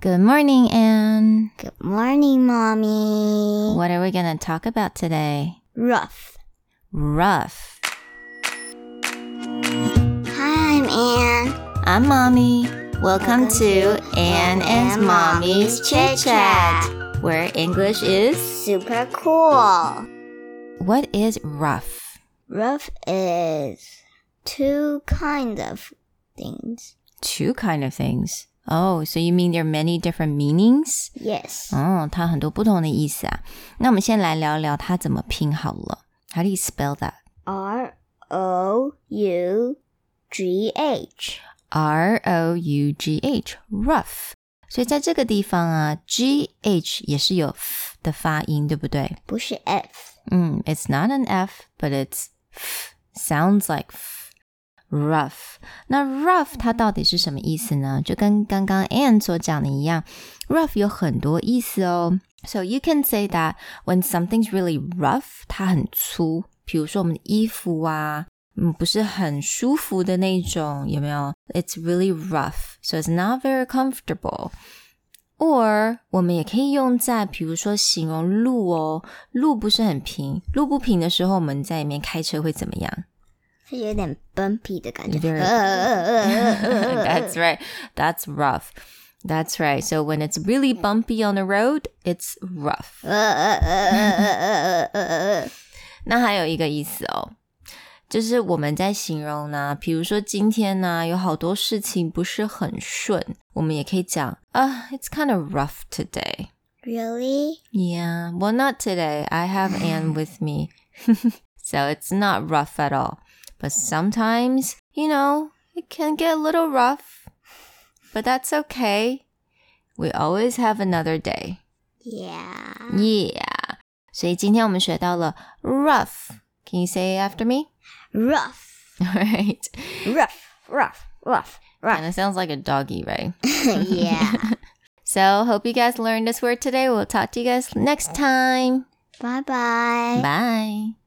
Good morning, Anne. Good morning, mommy. What are we going to talk about today? Rough. Rough. Hi, I'm Anne. I'm Mommy. Welcome to Anne and Mommy's Chit Chat, where English is. Super cool. What is rough? Rough is two kind of things. Two kind of things. Oh, so you mean there are many different meanings? Yes. 哦，它很多不同的意思啊。那我们先来聊聊它怎么拼好了。How do you spell that? R O U G H. R O U G H rough。所以在这个地方啊，G H 也是有 f 的发音，对不对？不是 F. 嗯，It's Mm, not an F, but it's f sounds like f. Rough，那 rough 它到底是什么意思呢？就跟刚刚 Anne 所讲的一样，rough 有很多意思哦。So you can say that when something's really rough，它很粗，比如说我们的衣服啊，嗯，不是很舒服的那种，有没有？It's really rough，so it's not very comfortable。or 我们也可以用在，比如说形容路哦，路不是很平，路不平的时候，我们在里面开车会怎么样是有点 bumpy 的感觉。 Very- 呃呃呃呃呃呃 呃？That's right. That's rough. That's right. So when it's really bumpy on the road, it's rough. 呃呃呃呃呃呃呃 那还有一个意思哦，就是我们在形容呢，比如说今天呢有好多事情不是很顺，我们也可以讲啊、i t s kind of rough today. Really? Yeah, well, not today. I have Anne with me. so it's not rough at all. But sometimes, you know, it can get a little rough. But that's okay. We always have another day. Yeah. Yeah. 所以今天我们学到了 rough. Can you say it after me? Rough. All right. Rough. Rough. Rough. Kind of sounds like a doggy, right? yeah. So hope you guys learned this word today. We'll talk to you guys next time. Bye bye. Bye.